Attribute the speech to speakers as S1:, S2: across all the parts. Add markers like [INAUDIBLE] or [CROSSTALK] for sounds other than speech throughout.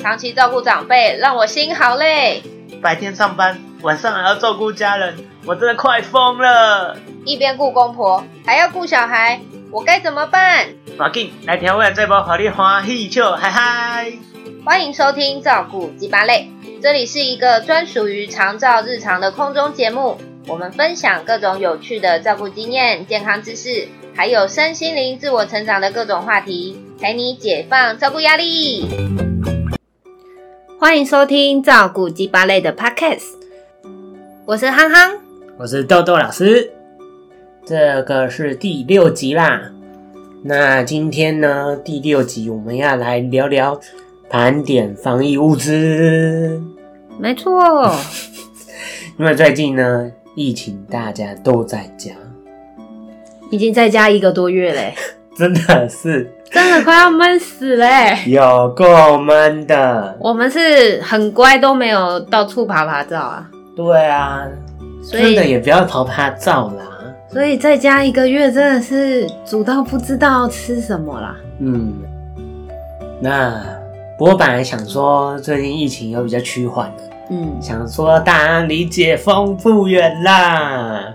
S1: 长期照顾长辈让我心好累，
S2: 白天上班，晚上还要照顾家人，我真的快疯了。
S1: 一边顾公婆还要顾小孩，我该怎么办？
S2: 马进来调味这包，好你欢喜笑，嗨嗨！
S1: 欢迎收听《照顾鸡巴类》，这里是一个专属于长照日常的空中节目，我们分享各种有趣的照顾经验、健康知识，还有身心灵自我成长的各种话题，陪你解放照顾压力。欢迎收听《照顾鸡巴类》的 Podcast，我是憨憨。
S2: 我是豆豆老师，这个是第六集啦。那今天呢，第六集我们要来聊聊盘点防疫物资，
S1: 没错，
S2: 因为最近呢，疫情大家都在家，
S1: 已经在家一个多月
S2: [LAUGHS]
S1: 嘞，
S2: 真的是
S1: 真的快要闷死嘞。
S2: 有够闷的。
S1: 我们是很乖，都没有到处爬爬照啊，
S2: 对啊，
S1: 所
S2: 真的
S1: 以
S2: 也不要逃拍照啦。
S1: 所以在家一个月真的是煮到不知道吃什么啦。
S2: 嗯，那不过本来想说最近疫情又比较趋缓了，
S1: 嗯，
S2: 想说大安离解封不远啦，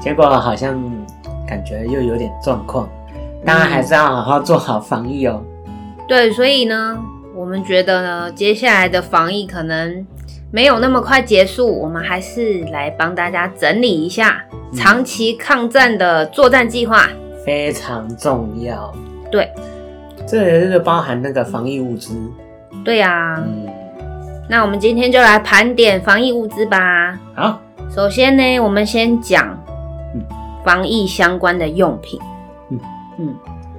S2: 结果好像感觉又有点状况，大家还是要好好做好防疫哦。
S1: 对，所以呢，我们觉得呢，接下来的防疫可能没有那么快结束，我们还是来帮大家整理一下
S2: 嗯
S1: 长期抗战的作战计划。
S2: 非常重要。
S1: 嗯对，
S2: 这也是包含那个防疫物资。
S1: 对呀、
S2: 嗯，
S1: 那我们今天就来盘点防疫物资吧。
S2: 好，
S1: 首先呢，我们先讲
S2: 嗯
S1: 防疫相关的用品。
S2: 嗯
S1: 嗯，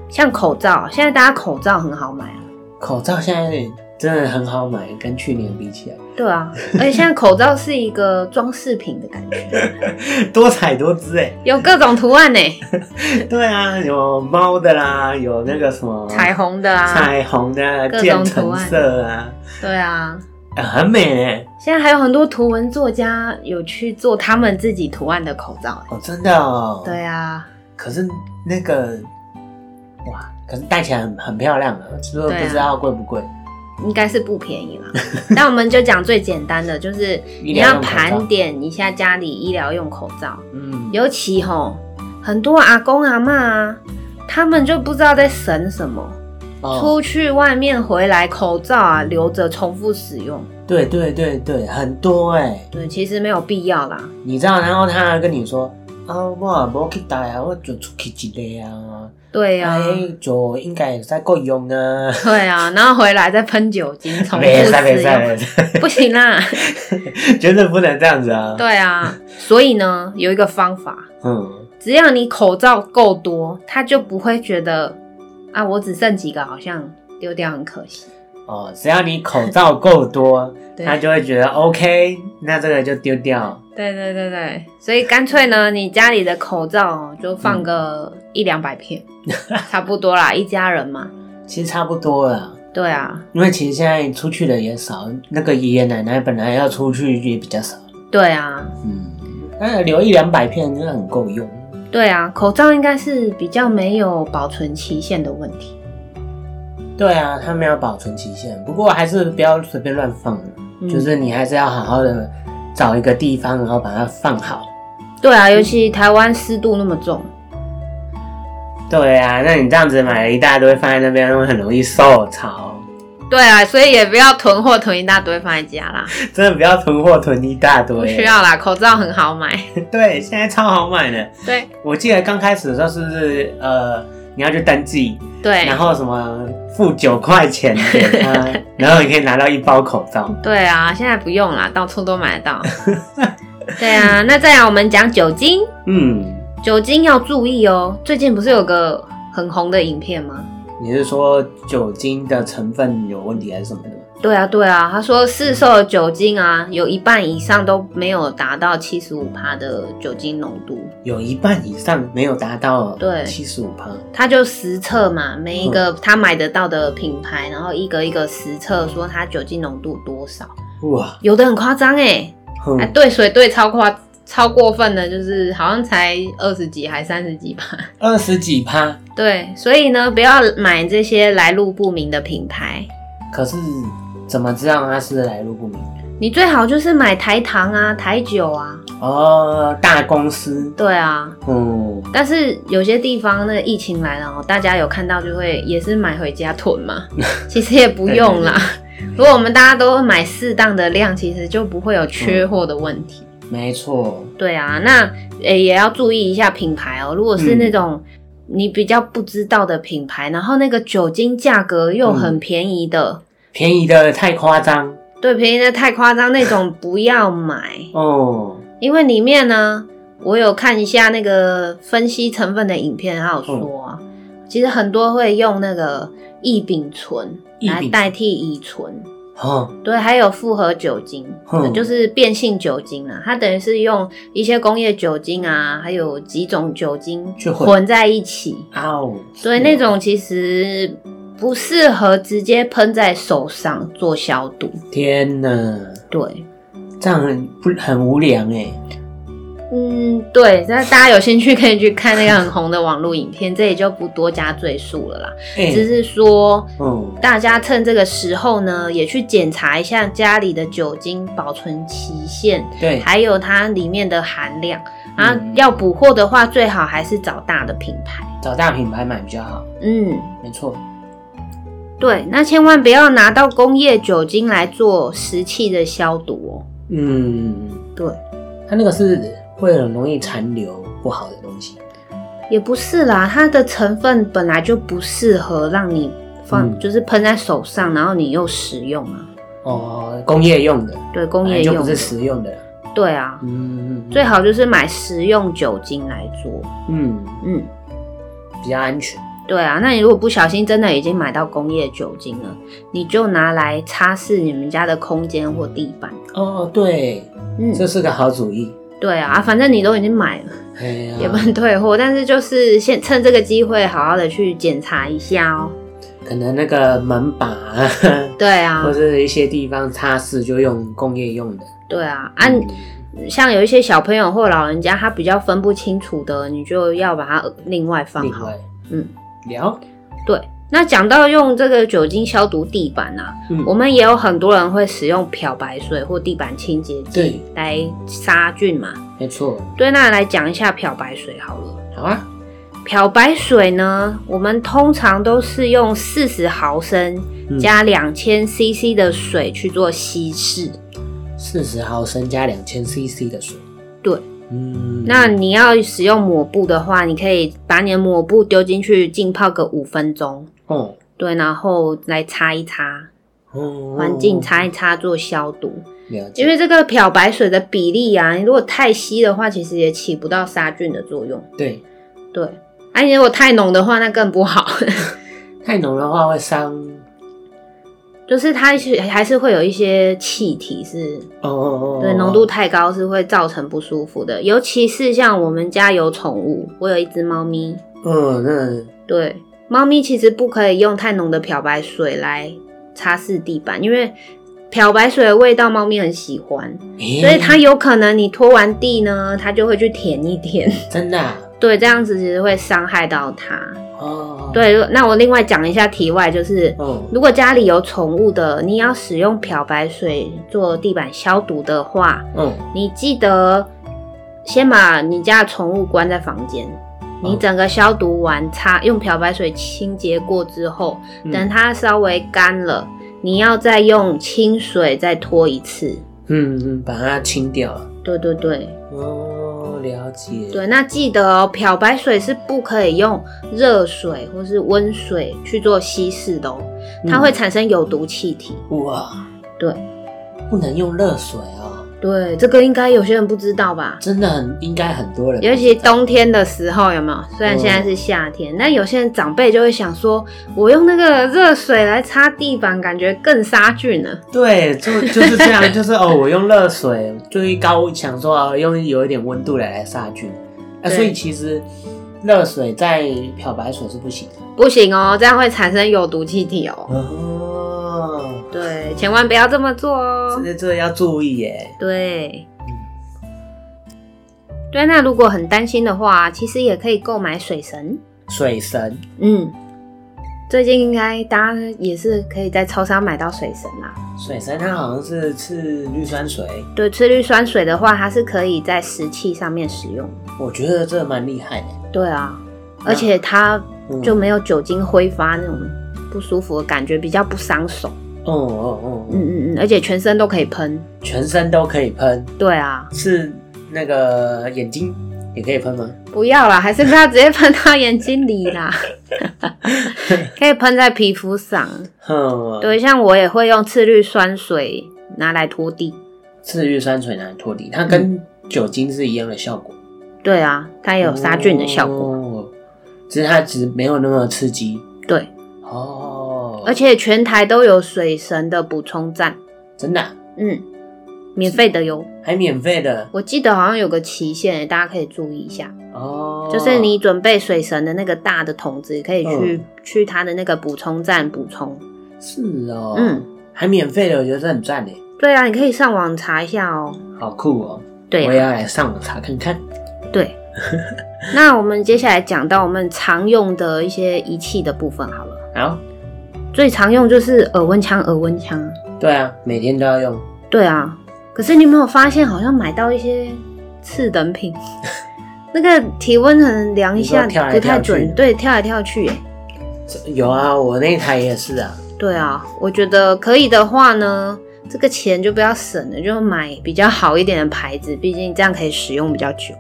S1: 像口罩，现在大家口罩很好买啊。
S2: 口罩现在真的很好买，跟去年比起来， [LAUGHS]
S1: 对啊，而且现在口罩是一个装饰品的感觉，
S2: 多彩多姿哎。
S1: 有各种图案呢、
S2: 对啊，有猫的啦，有那个什么
S1: 彩虹的啊，
S2: 哦彩虹的
S1: 各种
S2: 渐
S1: 图
S2: 层
S1: 案
S2: 色啊，
S1: 对啊。
S2: 呃很美哎。
S1: 现在还有很多图文作家有去做他们自己图案的口罩、
S2: 哦，真的哦。
S1: 欸。对啊，
S2: 可是那个，哇，可是戴起来很很漂亮啊，只不过
S1: 对啊
S2: 不知道贵不贵。
S1: 应该是不便
S2: [LAUGHS]
S1: 宜啦。那我们就讲最简单的，就是
S2: 医
S1: 你
S2: 疗
S1: 要
S2: 用口罩
S1: 盘点一下家里医疗用口罩。
S2: 嗯，
S1: 尤其吼，很多阿公阿嬷啊，他们就不知道在省什么，
S2: 哦，
S1: 出去外面回来口罩啊留着重复使用，
S2: 对对对对，很多哎、
S1: 对，其实没有必要啦。
S2: 你知道，然后他还跟你说。啊，我无去戴啊，我就出去一个啊，
S1: 对呀、
S2: 哎，就应该会使够用
S1: [LAUGHS]
S2: 啊。
S1: 对啊，然后回来再喷酒精，重复
S2: 没使没
S1: 使
S2: 使
S1: 用，
S2: 没使，
S1: 不行啦。
S2: [LAUGHS] 绝对不能这样子啊。，
S1: 对啊，所以呢，有一个方法，
S2: 嗯，
S1: 只要你口罩够多，他就不会觉得啊，我只剩几个，好像丢掉很可惜。
S2: 哦，只要你口罩够多，
S1: 对
S2: 他就会觉得 OK，那这个就丢掉。
S1: 对对对对，所以干脆呢，你家里的口罩哦就放个一两百片，
S2: 嗯 [LAUGHS]
S1: 差不多啦，一家人嘛。
S2: 其实差不多了，
S1: 对啊，
S2: 因为其实现在出去的也少，那个爷爷奶奶本来要出去也比较少。
S1: 对啊，
S2: 嗯，那留一两百片真的很够用。
S1: 对啊，口罩应该是比较没有保存期限的问题。
S2: 对啊，它没有保存期限，不过还是不要随便乱放，
S1: 嗯
S2: 就是你还是要好好的找一个地方，然后把它放好。
S1: 对啊，尤其台湾湿度那么重，
S2: 对啊，那你这样子买了一大堆放在那边，会很容易受潮。 [LAUGHS]
S1: 对啊，所以也不要囤货囤一大堆放在家啦，
S2: 真的不要囤货囤一大堆，
S1: 不需。要啦，口罩很好
S2: [LAUGHS]
S1: 买。
S2: 对，现在超好买的。
S1: 对
S2: 我记得刚开始的时候是不是呃，你要去登记，
S1: 对
S2: 然后什么付九块钱给
S1: [LAUGHS]
S2: 他，然后你可以拿到一包口罩。
S1: 对啊，现在不用啦，到处都买
S2: [LAUGHS]
S1: 得到。对啊，那再来我们讲酒精。
S2: 嗯，
S1: 酒精要注意哦。最近不是有个很红的影片吗？
S2: 你是说酒精的成分有问题还是什么的吗？
S1: 对啊，对啊，他说市售的酒精啊，有一半以上都没有达到七十五帕的酒精浓度。
S2: 有一半以上没有达到
S1: 对
S2: 七十五趴。
S1: 他就实测嘛，每一个他买得到的品牌，然后一个一个实测，说它酒精浓度多少，
S2: 哇，
S1: 有的很夸张哎，
S2: 哼
S1: 还兑水兑超夸超过分的，就是好像才二十几还三十几吧。 [LAUGHS]
S2: 二十几趴，
S1: 对，所以呢，不要买这些来路不明的品牌，
S2: 可是怎么知道它是来路不明？
S1: 你最好就是买台糖啊、台酒啊。
S2: 哦，大公司，
S1: 对啊，
S2: 嗯，
S1: 但是有些地方那个疫情来了哦，大家有看到就会也是买回家囤嘛，其实也不用啦。如果我们大家都买适当的量，其实就不会有缺货的问题。
S2: 没错，
S1: 对啊，那诶、也要注意一下品牌哦。如果是
S2: 嗯
S1: 那种你比较不知道的品牌，然后那个酒精价格又很便宜的，
S2: 便宜的太夸张
S1: 对，便宜的太夸张那种不要买，
S2: 哦，
S1: 因为里面呢，我有看一下那个分析成分的影片，还有说啊，
S2: 嗯
S1: 其实很多会用那个异丙醇
S2: 异丙
S1: 来
S2: 醇
S1: 代替乙醇。
S2: 哦，
S1: 对，还有复合酒精，
S2: 嗯
S1: 就是变性酒精啊，它等于是用一些工业酒精啊，还有几种酒精
S2: 去混
S1: 混在一起，
S2: 哦，
S1: 所以那种其实不适合直接喷在手上做消毒。
S2: 哦天哪，
S1: 对，
S2: 这样很不很无良哎，
S1: 嗯，对，那大家有兴趣可以去看那个很红的网络影片，这里就不多加赘述了啦，只
S2: 哎，
S1: 是说。
S2: 嗯，
S1: 大家趁这个时候呢，也去检查一下家里的酒精保存期限，
S2: 对，
S1: 还有它里面的含量。啊
S2: 嗯，
S1: 要补货的话，最好还是找大的品牌。
S2: 找大品牌买比较好，
S1: 嗯，
S2: 没错，
S1: 对，那千万不要拿到工业酒精来做食气的消毒
S2: 嗯，
S1: 哦。对，
S2: 它那个是会很容易残留不好的东西，
S1: 也不是啦，它的成分本来就不适合让你放，
S2: 嗯
S1: 就是喷在手上，然后你又食用啊。
S2: 哦，工业用的，
S1: 对，工
S2: 本来
S1: 业
S2: 哎就
S1: 用
S2: 不
S1: 的
S2: 是食用的啦，
S1: 对啊，
S2: 嗯，
S1: 最好就是买食用酒精来做。
S2: 嗯
S1: 嗯，
S2: 比较安全，
S1: 对啊，那你如果不小心真的已经买到工业酒精了，你就拿来擦拭你们家的空间或地板。
S2: 哦，对，
S1: 嗯，
S2: 这是个好主意，
S1: 对啊，反正你都已经买了，
S2: 哎呀
S1: 也不能退货，但是就是现趁这个机会，好好的去检查一下哦。
S2: 可能那个门把、啊、 [LAUGHS]
S1: 对啊
S2: 或，者一些地方擦拭就用工业用的。
S1: 对啊，啊，
S2: 嗯
S1: 像有一些小朋友或老人家，他比较分不清楚的，你就要把它另外放
S2: 另
S1: 好。
S2: 外，
S1: 嗯，
S2: 聊，
S1: 对，那讲到用这个酒精消毒地板啊，
S2: 嗯
S1: 我们也有很多人会使用漂白水或地板清洁
S2: 对
S1: 剂来杀菌嘛。
S2: 没错，
S1: 对，那来讲一下漂白水好了。
S2: 好啊，
S1: 漂白水呢，我们通常都是用四十毫升
S2: 嗯
S1: 加两千 CC 的水去做稀释。
S2: 嗯四十毫升加两千 CC 的水，
S1: 对，
S2: 嗯，
S1: 那你要使用抹布的话，你可以把你的抹布丢进去浸泡个五分钟，
S2: 哦，
S1: 对，然后来擦一擦，
S2: 哦
S1: 环境，擦一擦做消毒。
S2: 了解，
S1: 因为这个漂白水的比例啊，你如果太稀的话，其实也起不到杀菌的作用。
S2: 对，
S1: 对，啊，你如果太浓的话，那更不好。 [LAUGHS]
S2: 太浓的话会伤，
S1: 就是它是还是会有一些气体是，
S2: 哦哦哦，
S1: 对浓度太高是会造成不舒服的，尤其是像我们家有宠物，我有一只猫咪，
S2: 嗯，那
S1: 对，猫咪其实不可以用太浓的漂白水来擦拭地板，因为漂白水的味道猫咪很喜欢，
S2: 诶
S1: 所以它有可能你拖完地呢，它就会去舔一舔， [LAUGHS]
S2: 真的啊
S1: 对，这样子其实会伤害到它。
S2: 哦，，
S1: 对，那我另外讲一下题外就是。
S2: 哦，
S1: 如果家里有宠物的，你要使用漂白水做地板消毒的话，
S2: 嗯，
S1: 你记得先把你家的宠物关在房间，你整个消毒完擦用漂白水清洁过之后，
S2: 嗯
S1: 等，它稍微干了，你要再用清水再拖一次。
S2: 嗯嗯，把它清掉，
S1: 对对对
S2: 哦，了解，
S1: 对，，那记得哦，漂白水是不可以用热水或是温水去做稀释的哦，它会产生有毒气体。
S2: 哇，
S1: 对，
S2: 不能用热水哦，
S1: 对，这个应该有些人不知道吧？
S2: 真的很应该很多人，
S1: 尤其冬天的时候，有没有？虽然现在是夏天，但有些人长辈就会想说，我用那个热水来擦地板，感觉更杀菌了。
S2: 对，就就是这样，就是哦，我用热水最高想说啊，用有一点温度来来杀菌，啊，
S1: 对
S2: 所以其实热水在漂白水是不行的
S1: 不行哦，这样会产生有毒气体哦。
S2: 哦，
S1: 对，千万不要这么做哦嗯
S2: 这。这要注意耶。
S1: 对，对，那如果很担心的话，其实也可以购买水神。
S2: 水神
S1: 嗯，最近应该大家也是可以在超商买到水神啦。
S2: 水神它好像是次氯酸水，
S1: 对，次氯酸水的话，它是可以在石器上面使用。
S2: 我觉得这蛮厉害的。
S1: 对啊，
S2: 那
S1: 而且它
S2: 嗯
S1: 就没有酒精挥发那种不舒服的感觉，比较不伤手。
S2: 嗯嗯嗯
S1: 嗯
S2: 嗯，
S1: 嗯嗯，而且全身都可以喷。
S2: 全身都可以喷，
S1: 对啊，
S2: 是那个眼睛也可以喷吗？
S1: 不要啦， [LAUGHS] 还是不要直接喷到眼睛里 [LAUGHS] 啦，可以喷在皮肤上。
S2: 哼，，
S1: 对，像我也会用次氯酸水拿来拖地。
S2: 次氯酸水拿来脱离，它跟酒精是一样的效果，
S1: 对啊，它也有杀菌的效果。
S2: 哦，只是它只没有那么刺激
S1: 对，
S2: 哦。
S1: 而且全台都有水神的补充站，
S2: 真的啊
S1: 嗯，免费的哟。
S2: 还免费的
S1: 我记得好像有个期限，大家可以注意一下，
S2: 哦，
S1: 就是你准备水神的那个大的桶子，可以去、
S2: 嗯
S1: 去它的那个补充站补充。
S2: 是哦，
S1: 嗯，
S2: 还免费的，我觉得这很赞耶，
S1: 对啊，你可以上网查一下哦。
S2: 好酷哦。
S1: 对
S2: 我也
S1: 啊、
S2: 要来上网查看看。 [LAUGHS]
S1: 对。那我们接下来讲到我们常用的一些仪器的部分好了。
S2: 好，
S1: 最常用就是耳温枪，耳温枪。
S2: 对啊，每天都要用，
S1: 对啊，可是你有没有发现，好像买到一些次等
S2: [LAUGHS]
S1: 品，那个体温可能量一下
S2: 你说跳来
S1: 不太
S2: 跳去
S1: 准，对，跳来跳去耶。
S2: 这有啊，我那台也是啊，
S1: 对啊，我觉得可以的话呢，这个钱就不要省了，就买比较好一点的牌子，毕竟这样可以使用比较久。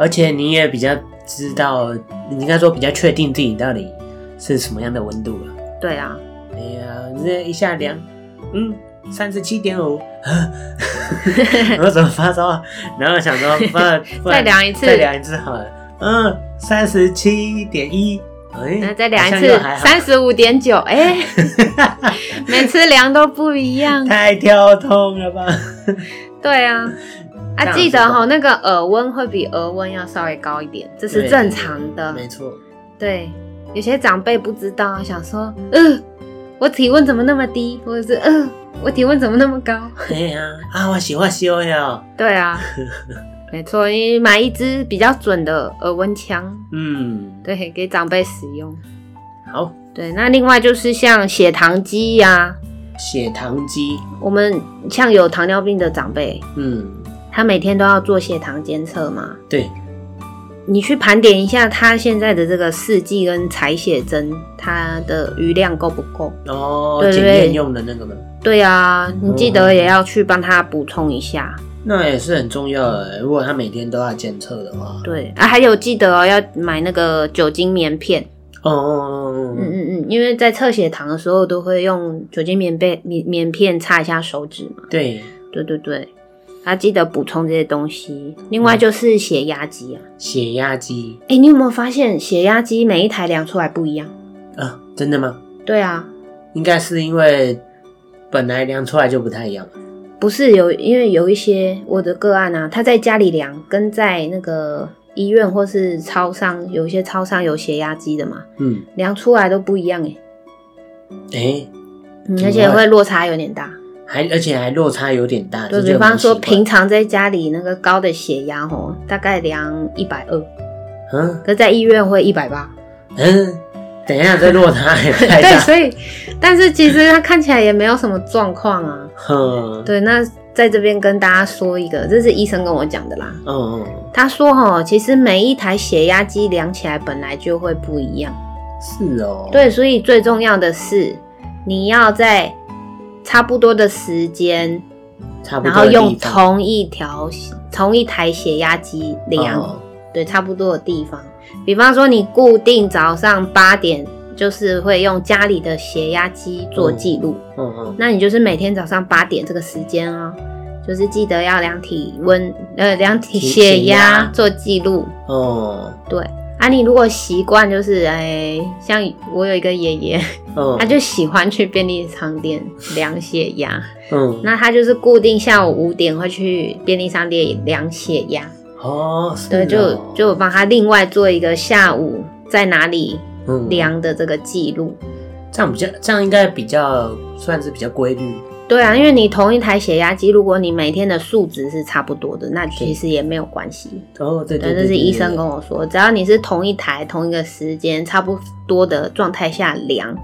S2: 而且你也比较知道，你应该说比较确定自己到底是什么样的温度了、
S1: 对啊，
S2: 哎呀，这一下量，嗯，三十七点五， [LAUGHS] 我怎么发烧啊？然后想说，
S1: [LAUGHS]
S2: 不然 [LAUGHS] 不然
S1: 再量一次
S2: 再量一次好了，嗯，三十七点一，哎，
S1: 那再量一
S2: 好像又
S1: 次
S2: 还，好
S1: 三十五点九，
S2: [LAUGHS]
S1: 哎，每次量都不一样。
S2: 太跳
S1: [LAUGHS]
S2: 痛了吧？
S1: 对啊，啊，
S2: 这样
S1: 记
S2: 子
S1: 得
S2: 吧
S1: 哈、那个耳温会比额温要稍微高一点，这是
S2: 对
S1: 正常的。
S2: 没错，
S1: 对，有些长辈不知道，想说，呃，我体温怎么那么低，或者是，呃，我体温怎么那么高？
S2: 哎呀，啊，我喜哦欢修呀，
S1: 对
S2: [LAUGHS]
S1: 啊，没错，你买一支比较准的耳温枪，
S2: 嗯，
S1: 对，给长辈使用。
S2: 好，
S1: 对，那另外就是像血糖机呀、
S2: 血糖机，
S1: 我们像有糖尿病的长辈，
S2: 嗯，
S1: 他每天都要做血糖监测嘛。
S2: 对，
S1: 你去盘点一下他现在的这个试剂跟采血针，它的余量够不够？
S2: 哦，
S1: 对对
S2: 检
S1: 对
S2: 验用的那个吗？
S1: 对啊，你记得也要去帮他补充一下。
S2: 那也是很重要的。欸如果他每天都要监测的话，
S1: 对啊，还有记得哦，要买那个酒精棉片。
S2: 哦哦哦
S1: 嗯
S2: 哦，
S1: 嗯嗯，因为在测血糖的时候都会用酒精棉被棉棉片擦一下手指嘛。
S2: 对，
S1: 对对对，啊，记得补充这些东西。另外就是血压机啊，
S2: 血压机
S1: 哎、你有没有发现血压机每一台量出来不一样？
S2: 啊，真的吗？
S1: 对啊，
S2: 应该是因为本来量出来就不太一样了。
S1: 不是有，因为有一些我的个案啊，他在家里量跟在那个医院或是超商，有一些超商有血压机的嘛，
S2: 嗯，
S1: 量出来都不一样哎、
S2: 诶，
S1: 嗯，
S2: 怎么
S1: 而且会落差有点大。
S2: 还而且还落差有点大，
S1: 就
S2: 这
S1: 比
S2: 蛮
S1: 方说，
S2: 奇怪
S1: 平常在家里那个高的血压哦，大概量一百二，
S2: 嗯
S1: 可在医院会一百八。
S2: 嗯，等一下这落差也
S1: 对，
S2: 太大，
S1: 所以，但是其实他看起来也没有什么状况啊。
S2: 哼，
S1: 对，那在这边跟大家说一个，这是医生跟我讲的啦。
S2: 嗯嗯，
S1: 他说哦，其实每一台血压机量起来本来就会不一样。
S2: 是哦，，
S1: 对，所以最重要的是，你要在差不多的时间，
S2: 差不多
S1: 然
S2: 的
S1: 后用
S2: 地方哦
S1: 同一条同一台血压机量，
S2: 哦
S1: 对，差不多的地方。比方说，你固定早上八点，就是会用家里的血压机做记录。
S2: 嗯嗯，
S1: 那你就是每天早上八点这个时间哦，就是记得要量体温，呃，量体
S2: 体
S1: 血
S2: 血
S1: 压
S2: 压
S1: 做记录。
S2: 哦
S1: 对啊，你如果习惯就是，哎，像我有一个爷爷，
S2: 哦
S1: 他，就喜欢去便利商店量血压。
S2: 嗯，
S1: 那他就是固定下午五点会去便利商店量血压，
S2: 哦，是
S1: 对，
S2: 哦
S1: 就就我帮他另外做一个下午在哪里
S2: 嗯
S1: 量的这个记录。
S2: 这样比较，这样应该比较算是比较规律。
S1: 对啊，因为你同一台血压机，如果你每天的数值是差不多的，那其实也没有关系。
S2: 哦，对对
S1: 但这
S2: 对，
S1: 是
S2: 对
S1: 医生跟我说，只要你是同一台、同一个时间、差不多的状态下量，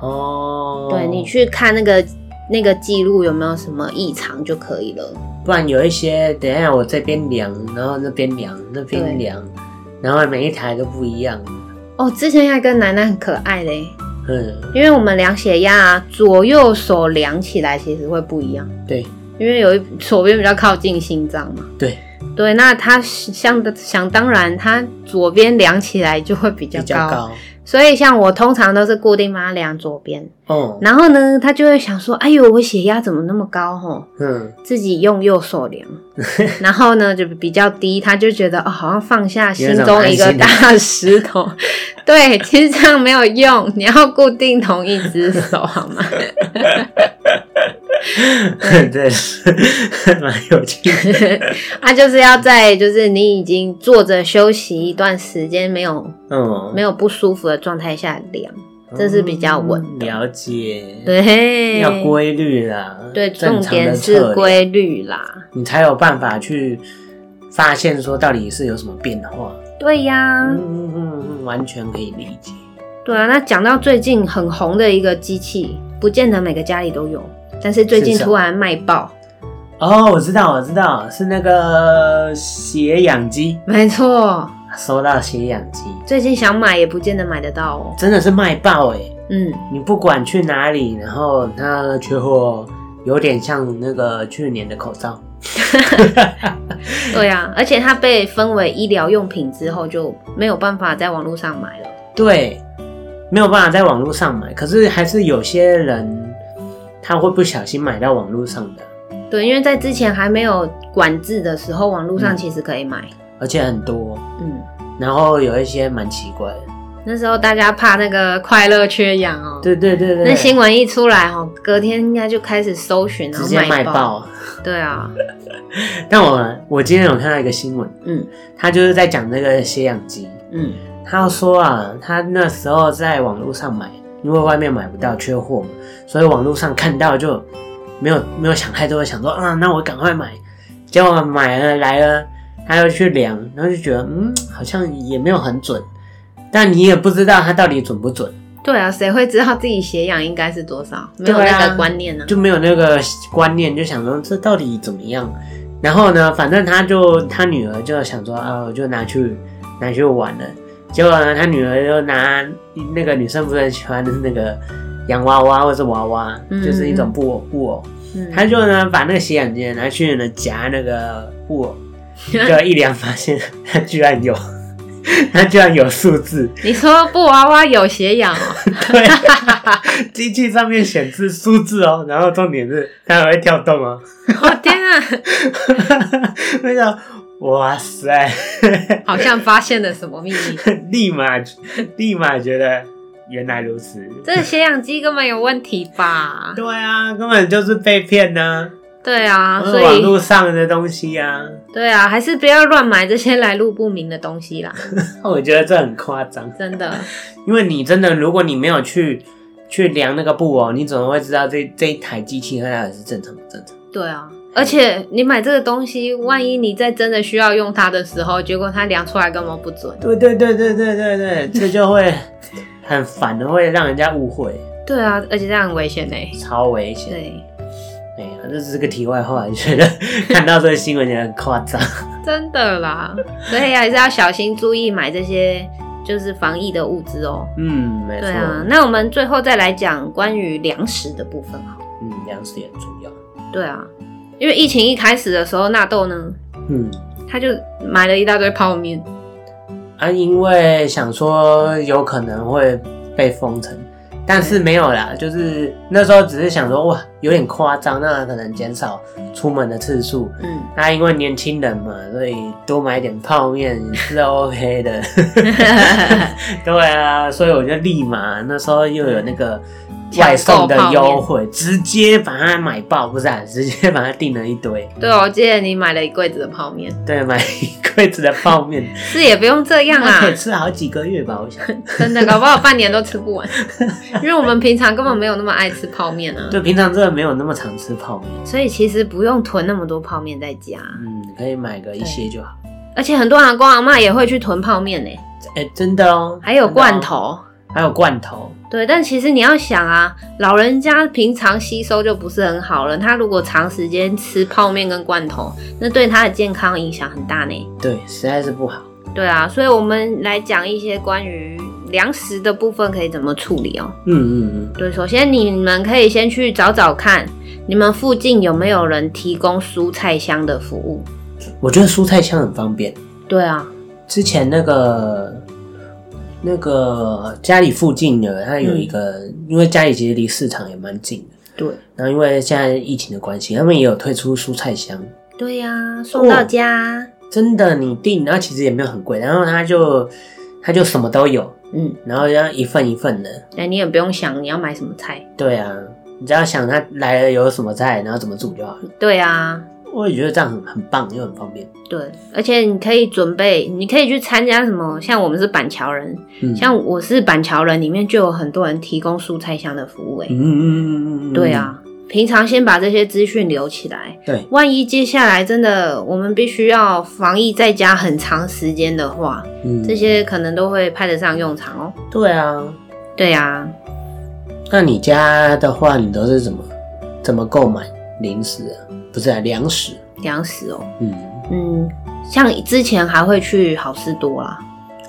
S2: 哦，
S1: 对你，去看那个那个记录有没有什么异常就可以了。
S2: 不然有一些，等一下我这边量，然后那边量，那
S1: 对
S2: 边量，然后每一台都不一样，
S1: 哦，之前还跟奶奶很可爱嘞，
S2: 嗯，
S1: 因为我们量血压、啊，左右手量起来其实会不一样，
S2: 对
S1: 因为有一左边比较靠近心脏嘛。
S2: 对，
S1: 对，那它想的想当然，它左边量起来就会比较
S2: 比
S1: 高，
S2: 较高，
S1: 所以像我通常都是固定把它量左边，
S2: 哦，
S1: 然后呢，他就会想说，哎呦，我血压怎么那么高吼？
S2: [LAUGHS] 嗯，
S1: 自己用右手
S2: [LAUGHS]
S1: 量，然后呢就比较低，他就觉得哦，好像放下心中一个大石头。 [LAUGHS] 对，其实这样没有用， [LAUGHS] 你要固定同一只手，好
S2: [LAUGHS]
S1: 吗？
S2: 对，是蛮有趣的，
S1: 他就是要在就是你已经坐着休息一段时间，没有 [LAUGHS]
S2: 嗯，
S1: 没有不舒服的状态下量，这是比较稳
S2: 嗯
S1: 的。
S2: 了解，，
S1: 对，
S2: 要规律啦，
S1: 对，
S2: 正
S1: 重
S2: 常的
S1: 点
S2: 测
S1: 是
S2: 量，
S1: 规律啦。
S2: 你才有办法去发现说到底是有什么变化，
S1: 对呀、
S2: 嗯嗯嗯嗯，完全可以理解，
S1: 对啊，那讲到最近很红的一个机器，不见得每个家里都有，但是最近
S2: 是什么
S1: 突然卖爆。
S2: 哦，我知道，我知道，是那个血氧机，
S1: 没错，
S2: 收到血氧机，
S1: 最近想买也不见得买得到哦。
S2: 真的是卖爆哎、
S1: 嗯，
S2: 你不管去哪里，然后它缺货，有点像那个去年的口罩。
S1: 对啊，而且它被分为医疗用品之后，就没有办法在网络上买了。
S2: 对，没有办法在网络上买，可是还是有些人他会不小心买到网络上的，
S1: 对，因为在之前还没有管制的时候，网络上
S2: 嗯
S1: 其实可以买。
S2: 而且很多。
S1: 嗯，
S2: 然后有一些蛮奇怪的，
S1: 那时候大家怕那个快乐缺氧哦。
S2: 对对对对，
S1: 那新闻一出来哦，隔天应该就开始搜寻，然
S2: 直
S1: 后
S2: 接卖
S1: 爆。
S2: 爆。
S1: 对啊，
S2: 但我我今天有看到一个新闻，
S1: 嗯
S2: 他就是在讲那个血氧机，
S1: 嗯，
S2: 他说啊，他那时候在网络上买，因为外面买不到，缺货嘛，所以网络上看到就没有没有想太多，想说啊，那我赶快买。结果买了来了，他又去量，然后就觉得嗯，好像也没有很准，但你也不知道它到底准不准，
S1: 对啊，谁会知道自己血氧应该是多少？没
S2: 对啊
S1: 有那个观念呢、
S2: 就没有那个观念，就想说这到底怎么样。然后呢，反正他就他女儿就想说啊，我就拿去拿去玩了。结果呢，他女儿就拿那个女生不是很喜欢的那个洋娃娃或是娃娃，
S1: 嗯
S2: 就是一种布偶布偶。
S1: 嗯，
S2: 他就呢把那个洗眼巾拿去呢夹那个布偶，就一量发现他居然有， [LAUGHS] 他居然有数字，
S1: 你说布娃娃有血氧哦、 [LAUGHS]
S2: 对， [LAUGHS] 机器上面显示数字哦，然后重点是它还会跳动哦。
S1: 我、天啊，
S2: [LAUGHS] 我想，哇塞，
S1: 好像发现了什么
S2: [LAUGHS]
S1: 秘密。
S2: 立马立马觉得原来如此。
S1: 这个血氧机根本有问题吧？
S2: 对啊，根本就是被骗呐、
S1: 对啊，所
S2: 嗯网
S1: 以
S2: 络上的东西啊，
S1: 对啊，还是不要乱买这些来路不明的东西啦，
S2: 我觉得这很夸张，
S1: 真的。
S2: 因为你真的，如果你没有去去量那个布偶，你怎么会知道这这一台机器它到底是正常不正常？
S1: 对啊，而且你买这个东西，万一你在真的需要用它的时候，结果它量出来根本不准。
S2: 对对对对对对对，这就会很烦的，会让人家误会，
S1: 对啊，而且这样很危险呢、
S2: 超危险。
S1: 对，
S2: 哎呀，这只是个题外话，觉得 [LAUGHS] 看到这个新闻也很夸张。
S1: 真的啦，所以还是要小心注意买这些就是防疫的物资哦。
S2: 嗯，没错。
S1: 对啊，那我们最后再来讲关于粮食的部分好了。
S2: 嗯，粮食也很重要。
S1: 对啊，因为疫情一开始的时候，纳豆呢
S2: 嗯，
S1: 他就买了一大堆泡面，
S2: 啊，因为想说有可能会被封城，但是没有啦，就是那时候只是想说，哇，有点夸张，那可能减少出门的次数。
S1: 嗯，
S2: 那、因为年轻人嘛，所以多买点泡面是 OK 的。 [LAUGHS] 对啊，所以我就立马那时候又有那个外送的优惠，直接把它买爆，不是、啊，直接把它订了一堆，
S1: [LAUGHS] 对哦，我记得你买了一柜子的泡面，
S2: 对，买 [LAUGHS] 一柜子的泡面，
S1: 是也不用这样
S2: 那 [LAUGHS]
S1: 啦
S2: 可，以吃好几个月吧，我想。 [LAUGHS]
S1: 真的，搞不好半年都吃不完，因为我们平常根本没有那么爱吃泡面啊。
S2: 对，平常真的热没有那么常吃泡面，
S1: 所以其实不用囤那么多泡面在家，
S2: 嗯，可以买个一些就好。
S1: 而且很多阿公阿妈也会去囤泡面呢、
S2: 哎、真的哦，
S1: 还有
S2: 真的哦
S1: 罐，头。
S2: 还有罐头，
S1: 对，但其实你要想啊，老人家平常吸收就不是很好了，他如果长时间吃泡面跟罐头，那对他的健康影响很大呢。
S2: 对，实在是不好。
S1: 对啊，所以我们来讲一些关于粮食的部分可以怎么处理哦。
S2: 嗯嗯嗯，
S1: 对，首先你们可以先去找找看，你们附近有没有人提供蔬菜箱的服务。
S2: 我觉得蔬菜箱很方便。
S1: 对啊，
S2: 之前那个那个家里附近的，它有一个，因为家里其实离市场也蛮近的。
S1: 对，
S2: 然后因为现在疫情的关系，他们也有推出蔬菜箱，
S1: 对呀、送到家。
S2: 真的你订，然后其实也没有很贵，然后它就它就什么都有，
S1: 嗯，
S2: 然后这样一份一份的。
S1: 那你也不用想你要买什么菜。
S2: 对啊，你只要想它来了有什么菜，然后怎么煮就好了。
S1: 对啊，
S2: 我也觉得这样很很棒，又很方便。
S1: 对，而且你可以准备，你可以去参加什么，像我们是板桥人，
S2: 嗯，
S1: 像我是板桥人，里面就有很多人提供蔬菜箱的服务、欸，
S2: 嗯嗯嗯嗯嗯，
S1: 对，啊，平常先把这些资讯留起来，
S2: 对，
S1: 万一接下来真的我们必须要防疫在家很长时间的话，
S2: 嗯，
S1: 这些可能都会派得上用场哦。
S2: 对啊。
S1: 对啊，
S2: 那你家的话，你都是怎么怎么购买零食啊？不是啊，粮食。
S1: 粮食哦，
S2: 嗯，
S1: 嗯，像之前还会去好事多啦，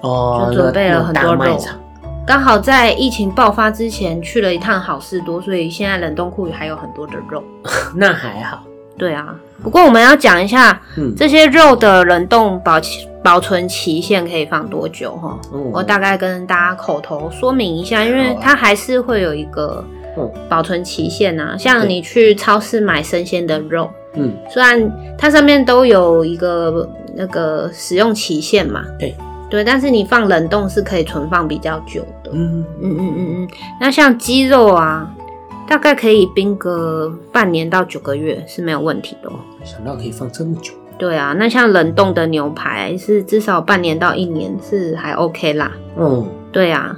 S2: 哦，
S1: 就准备了很多
S2: 那
S1: 肉
S2: 种大卖场。
S1: 刚好在疫情爆发之前去了一趟好事多，所以现在冷冻库里还有很多的肉。
S2: 那还好。
S1: 对啊，不过我们要讲一下
S2: 嗯，
S1: 这些肉的冷冻保期保存期限可以放多久哈、
S2: 嗯
S1: 我大概跟大家口头说明一下，因为它还是会有一个
S2: 嗯
S1: 保存期限啊。像
S2: 对
S1: 你去超市买生鲜的肉，
S2: 嗯，
S1: 虽然它上面都有一个那个使用期限嘛，
S2: 对
S1: 对，但是你放冷冻是可以存放比较久的。
S2: 嗯
S1: 嗯嗯嗯嗯，那像鸡肉啊，大概可以冰个半年到九个月是没有问题的、哦。
S2: 想到可以放这么久。
S1: 对啊，那像冷冻的牛排是至少半年到一年是还 OK 啦。
S2: 嗯，
S1: 对啊，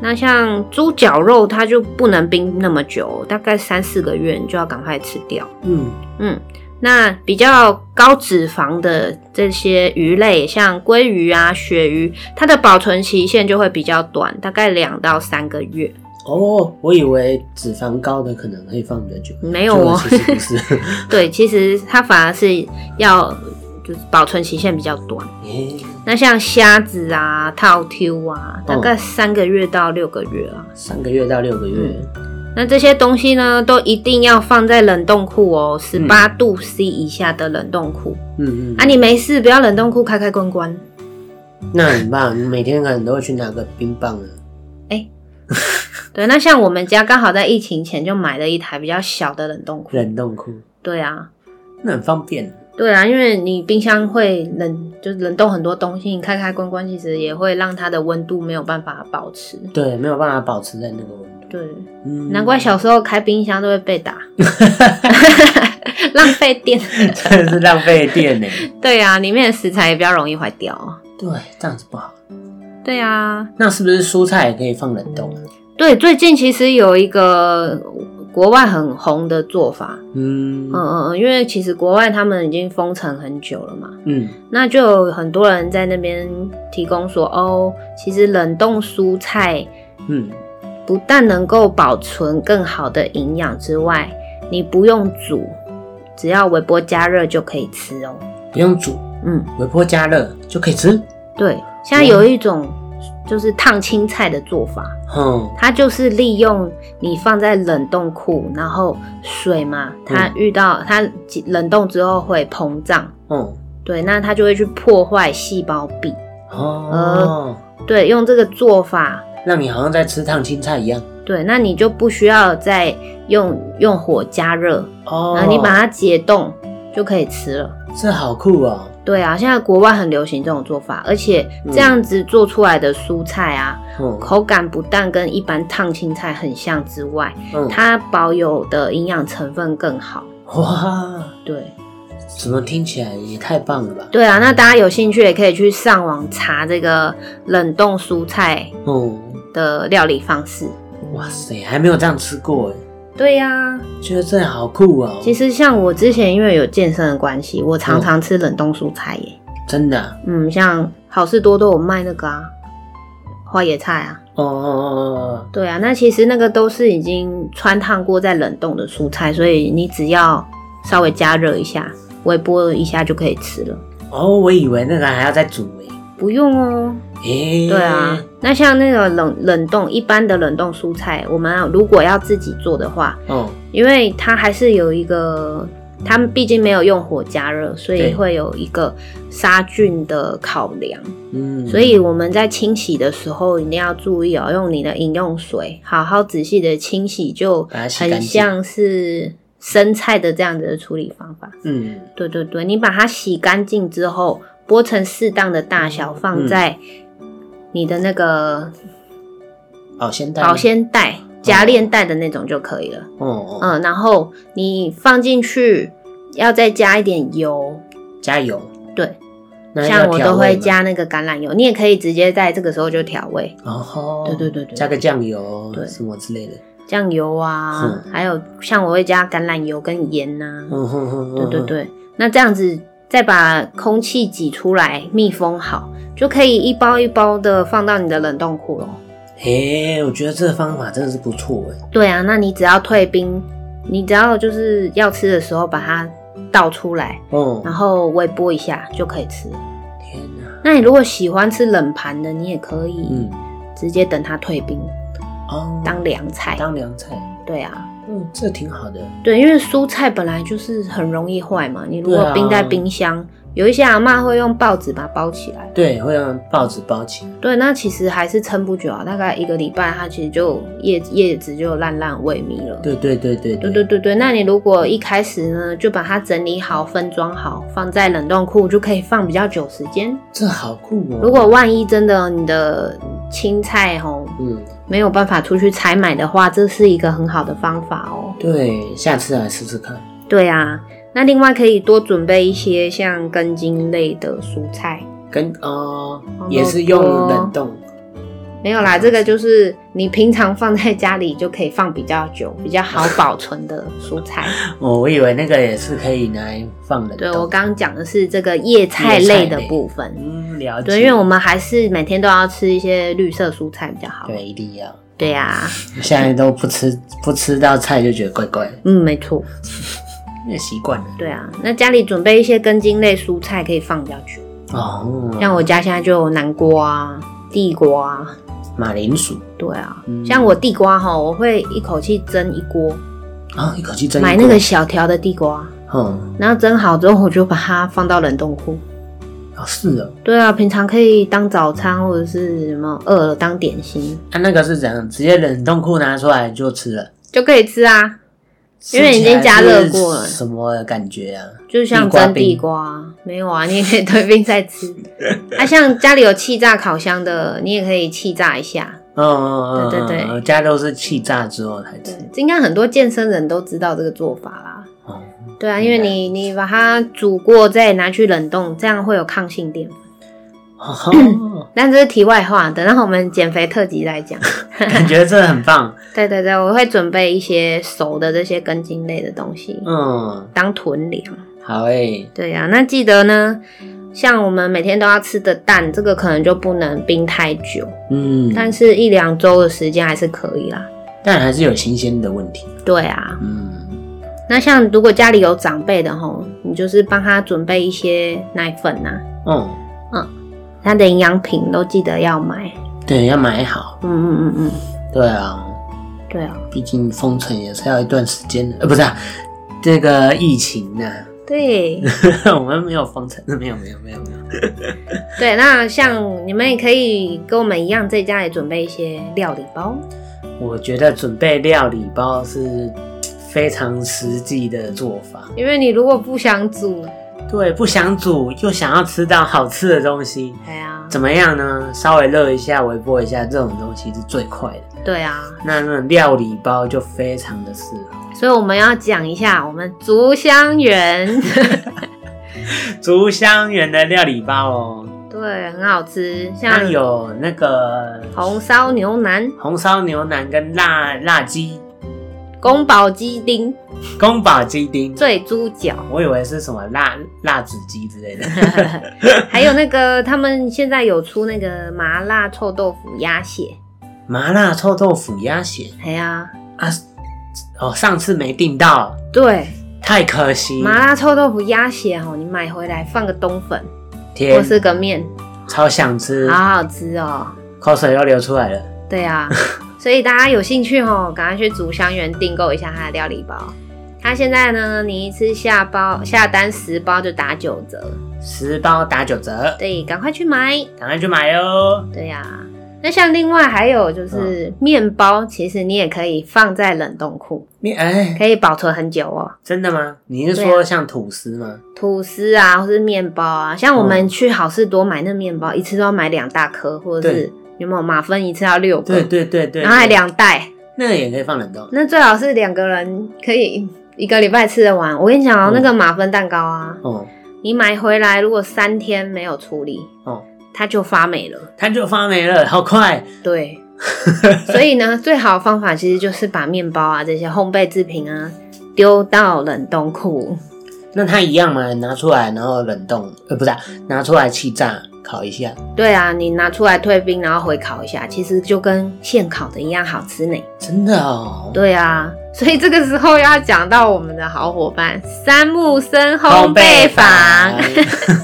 S1: 那像猪脚肉它就不能冰那么久，大概三四个月你就要赶快吃掉。
S2: 嗯，
S1: 嗯，那比较高脂肪的这些鱼类，像鲑鱼啊、鳕鱼，它的保存期限就会比较短，大概两到三个月。
S2: 哦，我以为脂肪高的可能可以放比较久，
S1: 没有
S2: 结果
S1: 哦
S2: 其实不是。 [LAUGHS]
S1: 对，其实它反而是要就是保存期限比较短。
S2: 诶
S1: 那像虾子啊、套 Q 啊，大概三个月到六个月啊。
S2: 三个月到六个月，
S1: 那这些东西呢，都一定要放在冷冻库哦，十八度 C 以下的冷冻库、
S2: 嗯嗯，嗯
S1: 啊。你没事，不要冷冻库开开关关。
S2: 那很棒，你每天可能都会去拿个冰棒啊。
S1: 对，那像我们家刚好在疫情前就买了一台比较小的冷冻库。
S2: 冷冻库，
S1: 对啊，
S2: 那很方便。
S1: 对啊，因为你冰箱会冷，就是冷冻很多东西，你开开关关，其实也会让它的温度没有办法保持。
S2: 对，没有办法保持在那个温度。
S1: 对，
S2: 嗯，
S1: 难怪小时候开冰箱都会被打， [LAUGHS] 浪费电。
S2: [LAUGHS]
S1: [LAUGHS]
S2: 真的是浪费电呢。
S1: 对啊，里面的食材也比较容易坏掉。
S2: [LAUGHS] 对，这样子不好。
S1: 对啊，
S2: 那是不是蔬菜也可以放冷冻啊？
S1: 对，最近其实有一个国外很红的做法，
S2: 嗯
S1: 嗯嗯嗯，因为其实国外他们已经封城很久了嘛，
S2: 嗯
S1: 那就有很多人在那边提供说，哦，其实冷冻蔬菜
S2: 嗯，
S1: 不但能够保存更好的营养之外，你不用煮，只要微波加热就可以吃哦。
S2: 不用煮，
S1: 嗯，
S2: 微波加热就可以吃。
S1: 对，现在有一种就是烫青菜的做法，
S2: 嗯
S1: 它就是利用你放在冷冻库，然后水嘛，它
S2: 嗯
S1: 遇到它冷冻之后会膨胀，
S2: 嗯
S1: 对，那它就会去破坏细胞壁。
S2: 哦，
S1: 对，用这个做法，
S2: 让你好像在吃烫青菜一样。
S1: 对，那你就不需要再用用火加热，
S2: 哦
S1: 然后你把它解冻就可以吃了。
S2: 这好酷哦。
S1: 对啊，现在国外很流行这种做法，而且这样子做出来的蔬菜啊，
S2: 嗯
S1: 口感不但跟一般烫青菜很像之外，
S2: 嗯，
S1: 它保有的营养成分更好。
S2: 哇，
S1: 对
S2: 怎么听起来也太棒了吧？
S1: 对啊，那大家有兴趣也可以去上网查这个冷冻蔬菜
S2: 嗯，
S1: 的料理方式。
S2: 哇塞，还没有这样吃过哎。
S1: 对呀、
S2: 觉得这好酷哦，
S1: 其实像我之前因为有健身的关系，我
S2: 嗯
S1: 常常吃冷冻蔬菜耶。
S2: 真的啊
S1: 嗯，像好事多都有卖那个啊，花椰菜啊。
S2: 哦哦哦哦
S1: 对啊，那其实那个都是已经穿烫过再冷冻的蔬菜，所以你只要稍微加热一下，微波一下就可以吃了，
S2: 哦，哦，我以为那个还要再煮诶。
S1: 不用哦。
S2: 诶、
S1: 对啊，那像那个冷冷冻一般的冷冻蔬菜，我们如果要自己做的话，
S2: 哦，
S1: 因为它还是有一个，他们毕竟没有用火加热，所以
S2: 对
S1: 会有一个杀菌的考量。
S2: 嗯，
S1: 所以我们在清洗的时候一定要注意哦，用你的饮用水好好仔细的清洗，就
S2: 把它洗干
S1: 很
S2: 净
S1: 像是生菜的这样子的处理方法。
S2: 嗯，
S1: 对对对，你把它洗干净之后，剥成适当的大小，放在
S2: 嗯
S1: 你的那个
S2: 保鲜袋吗，
S1: 保鲜袋、夹链袋的那种就可以了。
S2: 哦哦，
S1: 嗯，然后你放进去，要再加一点油，
S2: 加油，
S1: 嗯对，
S2: 那要
S1: 像我
S2: 调
S1: 都
S2: 味
S1: 会
S2: 吗，
S1: 加那个橄榄油，你也可以直接在这个时候就调味，
S2: 哦，
S1: 对对对对
S2: 加个酱油，
S1: 对
S2: 什么之类的，
S1: 酱油啊，还有像我会加橄榄油跟盐呐、
S2: 嗯哼哼，
S1: 对
S2: 哼
S1: 对，对，那这样子再把空气挤出来，密封好，就可以一包一包的放到你的冷冻库咯。
S2: 诶、我觉得这个方法真的是不错诶。
S1: 对啊，那你只要退冰，你只要就是要吃的时候把它倒出来，
S2: 哦，
S1: 然后微波一下就可以吃了。
S2: 天哪，
S1: 那你如果喜欢吃冷盘的，你也可以
S2: 嗯，
S1: 直接等它退冰
S2: 哦，
S1: 当凉菜。
S2: 当凉菜，
S1: 对啊，
S2: 嗯，这挺好的，
S1: 对，因为蔬菜本来就是很容易坏嘛，你如
S2: 对
S1: 果
S2: 啊
S1: 冰在冰箱，有一些阿嬷会用报纸把它包起来。
S2: 对，会用报纸包起来，
S1: 对，那其实还是撑不久啊，大概一个礼拜，它其实就叶叶子就烂烂萎靡了。
S2: 对对对对
S1: 对对对对，那你如果一开始呢就把它整理好、分装好，放在冷冻库，就可以放比较久时间。
S2: 这好酷哦，
S1: 如果万一真的你的青菜吼
S2: 嗯，
S1: 没有办法出去采买的话，这是一个很好的方法哦。
S2: 对，下次来试试看。
S1: 对啊，那另外可以多准备一些像根茎类的蔬菜。
S2: 跟哦
S1: 红，
S2: 也是用冷冻，
S1: 没有啦，这个就是你平常放在家里就可以放比较久、比较好保存的蔬
S2: [LAUGHS]
S1: 菜。
S2: 哦，我以为那个也是可以拿来放冷冻。
S1: 对我刚刚讲的是这个叶菜类的
S2: 叶菜类
S1: 部分。
S2: 嗯了解，
S1: 对，因为我们还是每天都要吃一些绿色蔬菜比较好。
S2: 对一定要，
S1: 对呀、啊，
S2: 现在都不吃 [LAUGHS] 不吃到菜就觉得怪怪的，
S1: 嗯，没错，
S2: 也习惯了。
S1: 对啊。那家里准备一些根茎类蔬菜可以放比较久，
S2: 哦，
S1: 像我家现在就有南瓜、啊、地瓜、啊，
S2: 马铃薯
S1: 对啊，
S2: 嗯
S1: 像我地瓜哈，我会一口气蒸一锅，
S2: 啊，一口气蒸一
S1: 买
S2: 锅
S1: 那个，小条的地瓜，
S2: 嗯，
S1: 然后蒸好之后我就把它放到冷冻库。
S2: 哦是哦，
S1: 对啊，平常可以当早餐或者是什么饿了当点心
S2: 它啊那个是怎样？直接冷冻库拿出来就吃了，
S1: 就可以吃啊，因为已经加热过了
S2: 吃起来是什么感觉啊？
S1: 就像蒸地瓜啊，没有啊，你也可以退冰再吃。啊，像家里有气炸烤箱的，你也可以气炸一下。
S2: 嗯嗯嗯，
S1: 对对对
S2: 嗯我家都是气炸之后才
S1: 对
S2: 吃。，
S1: 这应该很多健身人都知道这个做法啦。
S2: 哦，
S1: 对啊，因为你你把它煮过再拿去冷冻，这样会有抗性淀粉。
S2: 哦 [LAUGHS]
S1: 但这是题外话，等到我们减肥特辑再讲。 [LAUGHS]
S2: 感觉这很棒。
S1: 对对对，我会准备一些熟的这些根茎类的东西
S2: 嗯，
S1: 当囤粮。
S2: 好欸诶、
S1: 对呀、那记得呢，像我们每天都要吃的蛋，这个可能就不能冰太久，
S2: 嗯，
S1: 但是一两周的时间还是可以啦。
S2: 但还是有新鲜的问题。
S1: 对啊，
S2: 嗯，
S1: 那像如果家里有长辈的吼，你就是帮他准备一些奶粉呐、
S2: 哦，
S1: 他的营养品都记得要买。
S2: 对，要买好。
S1: 嗯嗯嗯嗯，
S2: 对啊，
S1: 对啊，
S2: 毕竟封城也是要一段时间的，呃，不是、啊，这个疫情呢、
S1: 对
S2: [LAUGHS] 我们没有封城，没有没有没有没有。
S1: [LAUGHS] 对。那像你们也可以跟我们一样，在家里准备一些料理包。
S2: 我觉得准备料理包是非常实际的做法。
S1: 因为你如果不想煮，
S2: 对，不想煮又想要吃到好吃的东西，
S1: 对啊，
S2: 怎么样呢？稍微热一下，微波一下，这种东西是最快的。
S1: 对啊，
S2: 那那种料理包就非常的适合。
S1: 所以我们要讲一下我们竹香园， [LAUGHS]
S2: 竹香园的料理包哦，
S1: 对，很好吃，
S2: 它
S1: 像
S2: 有那个
S1: 红烧牛腩、
S2: 红烧牛腩跟辣辣鸡，
S1: 宫保鸡丁、
S2: 宫保鸡丁，
S1: 醉猪脚，
S2: 我以为是什么辣辣子鸡之
S1: [LAUGHS]
S2: 类的。
S1: 还有那个他们现在有出那个麻辣臭豆腐鸭血，
S2: 麻辣臭豆腐鸭血
S1: 哎呀、
S2: 啊，哦，上次没订到，
S1: 对，
S2: 太可惜。
S1: 麻辣臭豆腐鸭血哦，你买回来放个冬粉或
S2: 天，
S1: 是个面，
S2: 超想吃，
S1: 好好吃哦。
S2: 口水都流出来了。
S1: 对啊，所以大家有兴趣哦，赶快去竹香园订购一下它的料理包。它现在呢，你一次下包下单十包就打九折，
S2: 十包打九折，
S1: 对，赶快去买。
S2: 赶快去买哦哟。
S1: 对呀、那像另外还有
S2: 嗯
S1: 就是面包，其实你也可以放在冷冻库，
S2: 你哎，
S1: 可以保存很久哦。
S2: 真的吗？你是
S1: 对
S2: 说
S1: 啊
S2: 像吐司吗？
S1: 吐司啊，或是面包啊，像我们去好事多买那面包，一次都要买两大颗，或者是
S2: 对
S1: 有没有马芬一次要六个，
S2: 对对对对，
S1: 然后还
S2: 对，
S1: 两嗯袋，
S2: 那个也可以放冷冻。
S1: 那最好是两个人可以一个礼拜吃得完。我跟你讲哦、
S2: 嗯
S1: 那个马芬蛋糕啊，
S2: 哦
S1: 你买回来如果三天没有处理，
S2: 哦，
S1: 它就发霉了。
S2: 它就发霉了，好快。
S1: [LAUGHS] 对，所以呢，最好的方法其实就是把面包啊这些烘焙制品啊丢到冷冻库。
S2: 那它一样嘛，拿出来然后冷冻，呃，不是啊、拿出来气炸烤一下，
S1: 对啊，你拿出来退冰，然后回烤一下，其实就跟现烤的一样好吃呢。
S2: 真的哦。
S1: 对啊，所以这个时候要讲到我们的好伙伴三木森烘焙坊。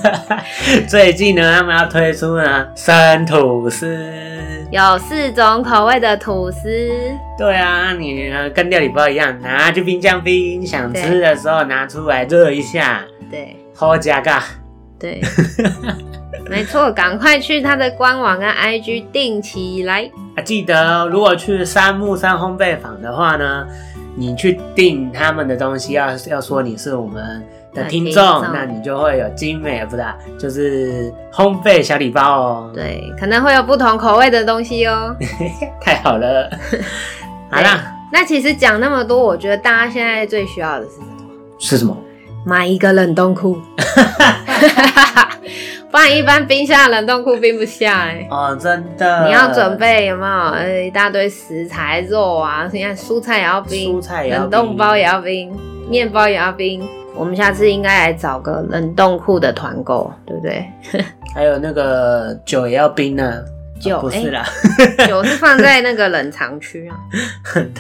S2: 坊 [LAUGHS] 最近呢，他们要推出呢生吐司。
S1: 有四种口味的吐司，
S2: 对啊，你呢跟料理包一样，拿去冰箱冰，想吃的时候拿出来热一下，
S1: 对
S2: 好加嘎。
S1: 对，没错，赶快去它的官网跟 IG 订起来。
S2: 啊，记得如果去三木山烘焙坊的话呢，你去订他们的东西要要说你是我们的听众，
S1: 啊听众
S2: 那你就会有精美不是啊、就是烘焙小礼包哦。，
S1: 对，可能会有不同口味的东西哦。
S2: 太好 [LAUGHS] 了。好啦，
S1: 那其实讲那么多，我觉得大家现在最需要的是什么？
S2: 是什么？
S1: 买一个冷冻库，不然一般冰箱的冷冻库冰不下哎、
S2: 哦，真的，
S1: 你要准备有没有？呃，一大堆食材肉啊，你看蔬菜也要冰，
S2: 蔬菜也要
S1: 冷冻
S2: 冰
S1: 包也要冰，面包也要冰。我们下次应该来找个冷冻库的团购，对不对？
S2: 还有那个酒也要冰呢、
S1: 酒
S2: 哦不是啦，
S1: 哎
S2: [LAUGHS]
S1: 酒是放在那个冷藏区啊，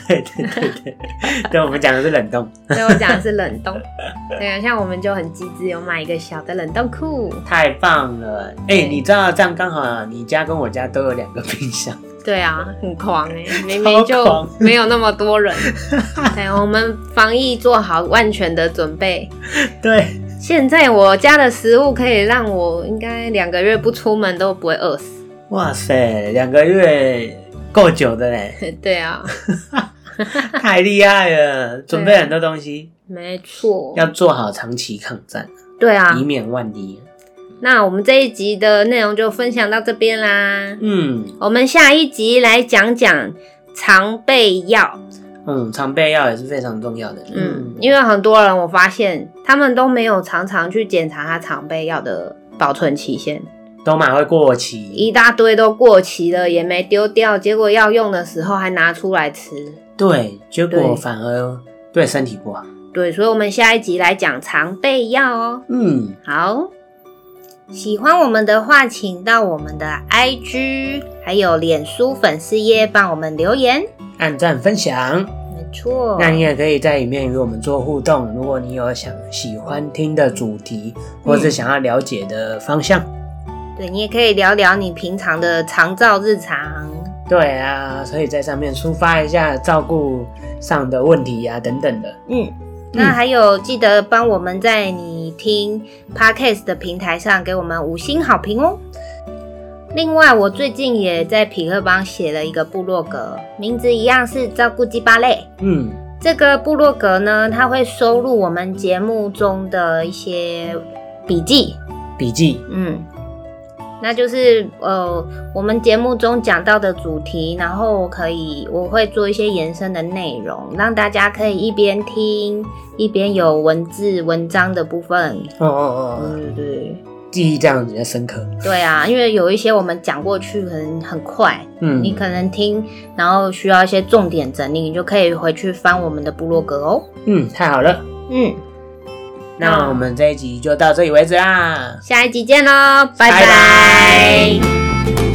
S2: 对对对对， [LAUGHS] 对我们讲的是冷冻，
S1: 所以我讲的是冷冻。对啊，像我们就很机智，有买一个小的冷冻库。
S2: 太棒了！哎、
S1: 对
S2: 你知道这样刚好、啊，你家跟我家都有两个冰箱。 [LAUGHS]
S1: 对啊，很狂哎、明明就
S2: 狂
S1: 没有那么多人。对，我们防疫做好万全的准备。
S2: 对，
S1: 现在我家的食物可以让我应该两个月不出门都不会饿死。 [LAUGHS]
S2: 哇塞，两个月够久的 [LAUGHS] 嘞，
S1: 对啊，
S2: 太厉害了！准备很多东西，
S1: 没错。
S2: 要做好长期抗战，
S1: 对啊
S2: 以，免万一。
S1: 那我们这一集的内容就分享到这边啦。
S2: 嗯
S1: 我们下一集来讲讲常备药。
S2: 嗯，常备药也是非常重要的。
S1: 嗯，因为很多人我发现他们都没有常常去检查他常备药的保存期限。
S2: 都马会过期。
S1: 一大堆都过期了，也没丢掉，结果要用的时候还拿出来吃。
S2: 对，结果
S1: 对
S2: 反而对身体不好。
S1: 对，所以我们下一集来讲常备药哦。
S2: 嗯，
S1: 好，喜欢我们的话，请到我们的 IG 还有脸书粉丝页帮我们留言。
S2: 按赞分享，
S1: 没错，
S2: 那你也可以在里面与我们做互动。如果你有想喜欢听的主题，或是想要了解的方向，
S1: 嗯对你也可以聊聊你平常的长照日常。
S2: 对啊，所以在上面抒发一下照顾上的问题啊等等的。
S1: 嗯，那还有记得帮我们在你听 podcast 的平台上给我们五星好评哦。另外，我最近也在匹克邦写了一个部落格，名字一样是照顾鸡巴类。
S2: 嗯，
S1: 这个部落格呢，它会收录我们节目中的一些笔记，
S2: 笔记，
S1: 嗯，那就是呃，我们节目中讲到的主题，然后我可以我会做一些延伸的内容，让大家可以一边听一边有文字文章的部分。
S2: 哦哦哦，
S1: 嗯对对对，
S2: 记忆这样比较深刻。
S1: 对啊，因为有一些我们讲过去可能很快，
S2: 嗯，
S1: 你可能听，然后需要一些重点整理，你就可以回去翻我们的部落格哦。
S2: 嗯，太好了，
S1: 嗯，
S2: 那我们这一集就到这里为止啦。
S1: 下一集见喽，拜
S2: 拜
S1: 拜
S2: 拜